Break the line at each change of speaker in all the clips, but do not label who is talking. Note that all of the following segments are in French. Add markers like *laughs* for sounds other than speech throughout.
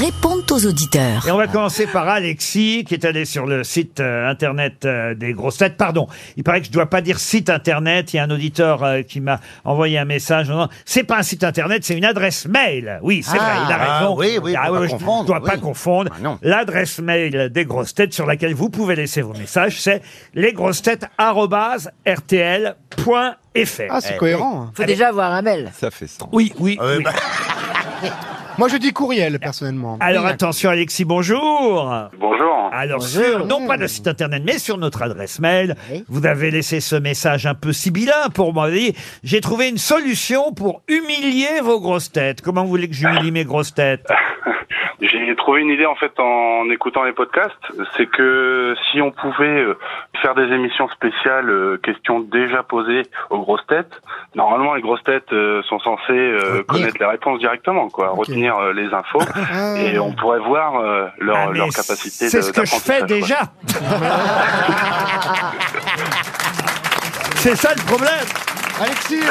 répondent aux auditeurs.
Et on va commencer par Alexis, qui est allé sur le site euh, internet euh, des grosses têtes. Pardon, il paraît que je dois pas dire site internet. Il y a un auditeur euh, qui m'a envoyé un message. en disant, C'est pas un site internet, c'est une adresse mail. Oui, c'est
Ah,
vrai, il a
ah,
raison.
oui, oui, faut pas
je
confondre,
dois pas
oui.
confondre.
Ah, non.
L'adresse mail des grosses têtes sur laquelle vous pouvez laisser vos messages, c'est lesgrossetêtes.rtl.fr.
Ah, c'est cohérent.
Faut déjà avoir un mail.
Ça fait sens.
Oui, oui. oui.
Moi, je dis courriel, personnellement.
Alors attention Alexis, bonjour.
Bonjour.
Alors sur, non pas le site internet, mais sur notre adresse mail, vous avez laissé ce message un peu sibyllin pour moi. Vous avez dit, J'ai trouvé une solution pour humilier vos grosses têtes. Comment vous voulez que j'humilie mes grosses têtes
J'ai trouvé une idée en fait en écoutant les podcasts, c'est que si on pouvait euh, faire des émissions spéciales euh, questions déjà posées aux grosses têtes, normalement les grosses têtes euh, sont censées euh, connaître les réponses directement quoi, retenir euh, les infos et on pourrait voir euh, leur,
Ah, mais
leur capacité
C'est
de-
ce que je fais
d'apprentissage, quoi.
déjà. *laughs* C'est ça le problème.
Alexis, euh,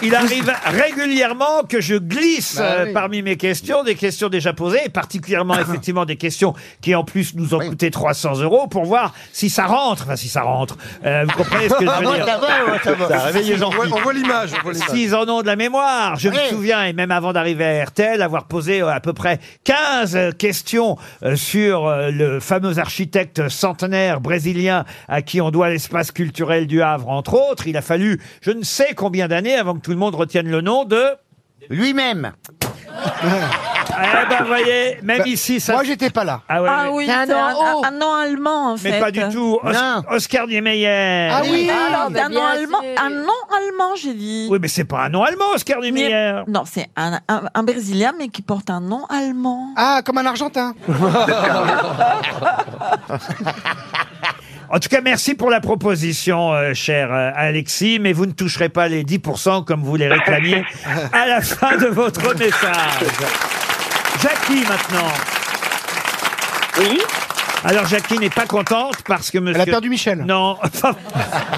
Il arrive régulièrement que je glisse
Bah
euh,
oui.
parmi mes questions des questions déjà posées, et
*laughs*
particulièrement effectivement des questions qui en plus nous ont coûté 300 euros pour voir si ça rentre. Enfin, si ça rentre. Euh, vous comprenez ce que
*laughs*
je veux dire
Ah Ça a réveillé jean
On voit l'image, on voit l'image.
S'ils en ont de la mémoire. Je me souviens, et même avant d'arriver à RTL, avoir posé euh, à peu près 15 euh, questions euh, sur euh, le fameux architecte centenaire brésilien à qui on doit l'espace culturel du Havre, entre autres. Il a fallu je ne sais combien d'années avant que tout le monde retienne le nom de...
Lui-même.
Eh ben, vous voyez, même ici, ça...
Bah, moi, j'étais pas là.
Ah ouais, ouais.
oui,
C'est un
c'est
nom
un,
haut.
un- un nom allemand en fait.
Mais pas du tout. Os-
Non.
Oscar Niemeyer.
Ah oui.
Ah,
C'est
bah,
un nom
bien
allemand.
sûr.
Un nom allemand, j'ai dit.
Oui, mais c'est pas un nom allemand, Oscar
Mais-
Niemeyer.
Non, c'est un, un- un brésilien mais qui porte un nom allemand.
Ah, comme un Argentin.
En tout cas, merci pour la proposition, euh, cher euh, Alexis, mais vous ne toucherez pas les 10% comme vous les réclamiez à la fin de votre message. Jackie, maintenant.
Oui.
Alors, Jackie n'est pas contente parce que monsieur...
Elle a perdu Michel.
Non.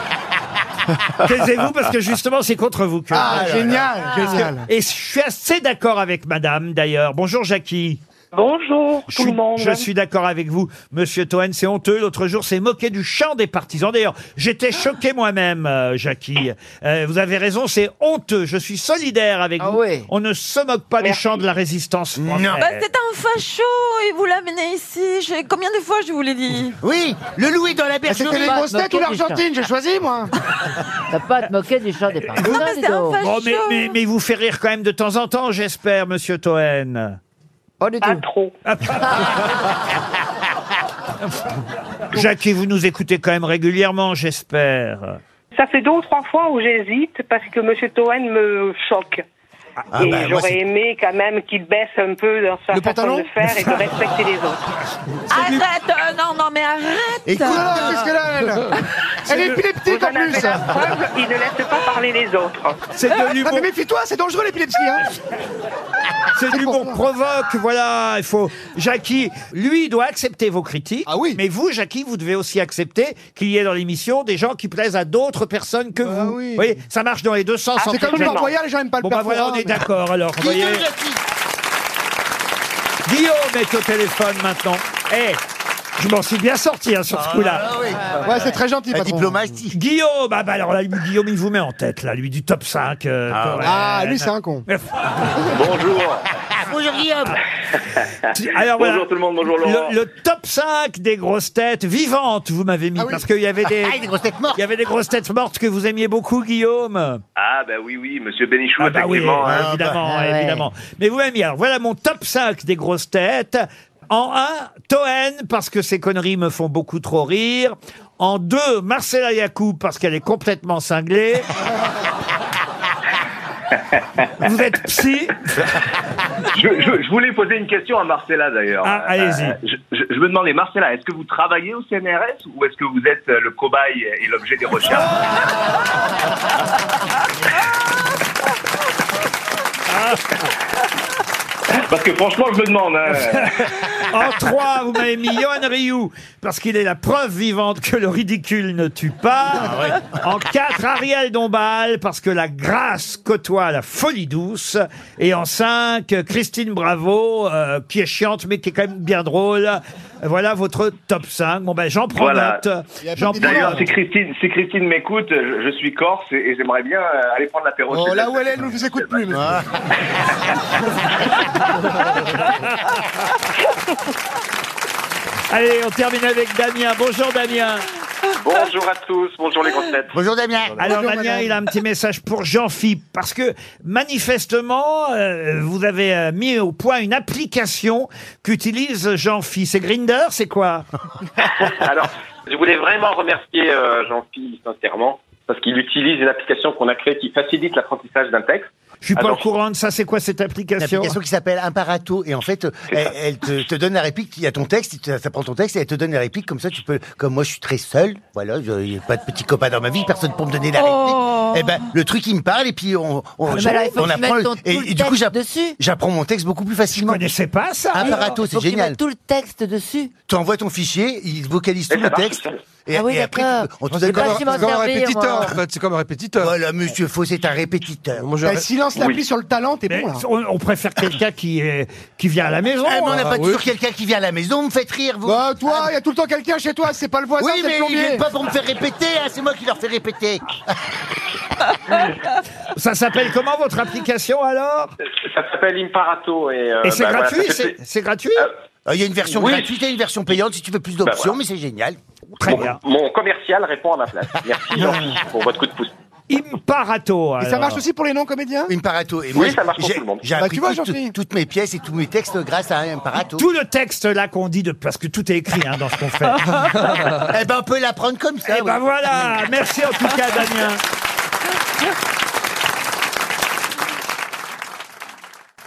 *laughs* Taisez-vous parce que justement, c'est contre vous que...
Ah, génial, génial. Ah,
Et je suis assez d'accord avec madame, d'ailleurs. Bonjour, Jackie.
Bonjour
Je
tout
suis-
le monde.
Je suis d'accord avec vous, Monsieur Toen, c'est honteux. L'autre jour, s'est moqué du chant des partisans. D'ailleurs, j'étais choqué moi-même, euh, Jackie. Euh, vous avez raison, c'est honteux. Je suis solidaire avec
Ah
vous.
ouais.
On ne se moque pas du chant de la résistance française.
Non.
Bah, c'est un facho et vous l'amenez ici. J'ai- Combien de fois je vous l'ai dit
Oui, le Louis dans la
Ah, C'était
bergerie.
les
pas
grosses têtes ou
moquer des
l'Argentine J'ai choisi, moi.
T'as pas à te moquer du chant des partisans.
Non, mais
dis
c'est un
donc.
facho.
Bon, Oh, mais, mais, mais il vous fait rire quand même de temps en temps, j'espère, Monsieur Toen.
Pas du
Pas
Ah.
tout.
trop.
Jackie, vous nous écoutez quand même régulièrement, j'espère.
Ça fait deux ou trois fois où j'hésite parce que Monsieur Toen me choque.
Ah,
et
bah, moi,
j'aurais
c'est-
aimé quand même qu'il baisse un peu dans sa
Le pantalon
façon de faire et de respecter
*laughs*
les autres.
Arrête euh, Non, non, mais arrête
Écoute,
Non, Ah, non, qu'est-ce qu'elle a, elle Elle est épileptique,
Vous
en
en avez
plus.
la preuve, il ne laisse pas parler les autres.
C'est de
Non,
l'humour,
Ah, mais méfie-toi, c'est dangereux, l'épilepsie, hein.
c'est de l'humour
pour
provoque, voilà, il faut... Jackie, lui, il doit accepter vos critiques.
Ah oui.
Mais vous, Jackie, vous devez aussi accepter qu'il y ait dans l'émission des gens qui plaisent à d'autres personnes que
Bah
vous.
oui. Ah,
Vous voyez, ça marche dans les deux sens.
C'est comme le
entièrement.
port royal, les gens n'aiment pas
Bon,
le
bah
père
voilà, on
Fouras,
est
mais-
d'accord, alors, vous voyez. Guillaume est au téléphone maintenant. Eh, je m'en suis bien sorti, hein,
Ah,
sur ce coup-là.
Ouais, c'est très gentil,
La
patron.
diplomatie.
Guillaume, ah bah alors là, lui, Guillaume, il vous met en tête, là, lui, du top 5. euh, Toen.
Ah, lui, c'est un con.
Bonjour.
Bonjour Guillaume.
Alors, voilà.
Bonjour tout le monde, bonjour Laurent.
Le, le top 5 des grosses têtes vivantes, vous m'avez mis,
Ah oui.
parce qu'il y avait des...
Ah, il est grosse tête morte.
*laughs* Il y avait des grosses têtes mortes que vous aimiez beaucoup, Guillaume.
Ah bah oui oui, Monsieur Bénichou,
bah oui,
effectivement. hein.
euh, évidemment,
Ah ouais.
évidemment. Mais vous aimez. Alors voilà mon top 5 des grosses têtes. En 1, Toen, parce que ses conneries me font beaucoup trop rire. En 2, Marcela Yacoub, parce qu'elle est complètement cinglée. *laughs* vous êtes psy
Je, je- je voulais poser une question à Marcella d'ailleurs. Euh,
Ah, allez-y.
je, je- je me demandais, Marcella, est-ce que vous travaillez au CNRS ou est-ce que vous êtes euh, le cobaye et l'objet
*laughs*
des recherches Parce que franchement, je me
*laughs*
demande. hein.
En trois, vous m'avez mis Johan Rioux, parce qu'il est la preuve vivante que le ridicule ne tue pas.
Ah
En quatre, Ariel Dombal, parce que la grâce côtoie la folie douce. Et en cinq, Christine Bravo, euh, qui est chiante, mais qui est quand même bien drôle. Voilà votre top 5. Bon, ben, j'en prends
Voilà.
note.
y a
J'en
plus de
prends
débat.
note.
D'ailleurs, si Christine, si Christine m'écoute, je, je suis corse et, et j'aimerais bien euh, aller prendre l'apéro.
Oh,
chez
là
elle.
où elle est, elle ne vous écoute plus. monsieur.
Allez, on termine avec Damien. Bonjour, Damien.
Bonjour à tous, bonjour les grosses têtes.
Bonjour Damien.
Alors
Bonjour,
Damien,
madame.
il a un petit message pour Jean-Philippe, parce que manifestement, euh, vous avez euh, mis au point une application qu'utilise Jean-Philippe. C'est Grinder, c'est quoi
Alors, je voulais vraiment remercier euh, Jean-Philippe sincèrement parce qu'il utilise une application qu'on a créée qui facilite l'apprentissage d'un texte.
Je suis pas
Attends.
au courant de ça, c'est quoi cette
Une
application
application qui s'appelle Imparato et en fait euh,
C'est
elle,
ça.
elle te, te donne la réplique, il y a ton texte, il te- ça prend ton texte et elle te donne la réplique comme ça tu peux comme moi je suis très seul, voilà, je- il n'y a pas de petit copain dans ma vie, personne pour me donner la
Oh.
réplique. Et ben le truc il me parle et puis on on,
Ah, Mais alors, il faut
on
que tu mettes ton, tout
et,
le
et du coup
texte
j'app-
dessus.
j'apprends mon texte beaucoup plus
Je
facilement.
connaissais pas ça.
Imparato,
Ah, Il faut
c'est
que tu
génial.
mettes tout le texte dessus.
Tu envoies ton fichier, il vocalise
Et
tout
ça
le
marche,
texte
ça.
et,
Ah oui,
et après tu
d'accord.
peux- on te
Je sais
donne
pas
comme
si m'en
C'est comme un
servir,
répétiteur,
moi.
en fait. C'est comme un répétiteur.
voilà Oh, monsieur Faux, c'est un répétiteur.
Moi, je-
T'as le bah, silence
Oui.
l'appli sur le talent, t'es
Mais
bon là.
on, on préfère quelqu'un qui, est- qui vient à la maison.
Eh, mais on n'a
hein.
pas
oui.
toujours quelqu'un qui vient à la maison, vous me faites rire, vous.
Bah, toi, il y a tout le temps quelqu'un chez toi, c'est pas le voisin,
oui,
c'est le
mais ils viennent
plombier.
pas pour me faire répéter, hein, c'est moi qui leur fais répéter.
Ça s'appelle comment votre application alors
Euh,
Ça s'appelle Imparato et, euh,
Et c'est
bah, voilà,
gratuit
ça
c'est-
fait-
C'est gratuit
Ah,
Euh, Il y a une version
Oui.
gratuite et une version payante si tu veux plus d'options,
Bah, voilà.
mais c'est génial.
Très
mon,
bien.
mon commercial répond à ma place. Merci Jean-Philippe pour votre coup de pouce.
Imparato.
Et ça
alors.
marche aussi pour les non-comédiens
Imparato. Et
Oui, ça marche pour
j'ai-
tout le monde.
J'ai
Bah,
appris
tu vois,
tout-
Jean-Philippe.
toutes mes pièces et tous mes textes grâce à Imparato.
Tout le texte là qu'on dit, de... parce que tout est écrit hein, dans ce qu'on fait.
Eh ben, on peut l'apprendre comme ça.
Eh ben
oui.
voilà, merci en tout cas Damien.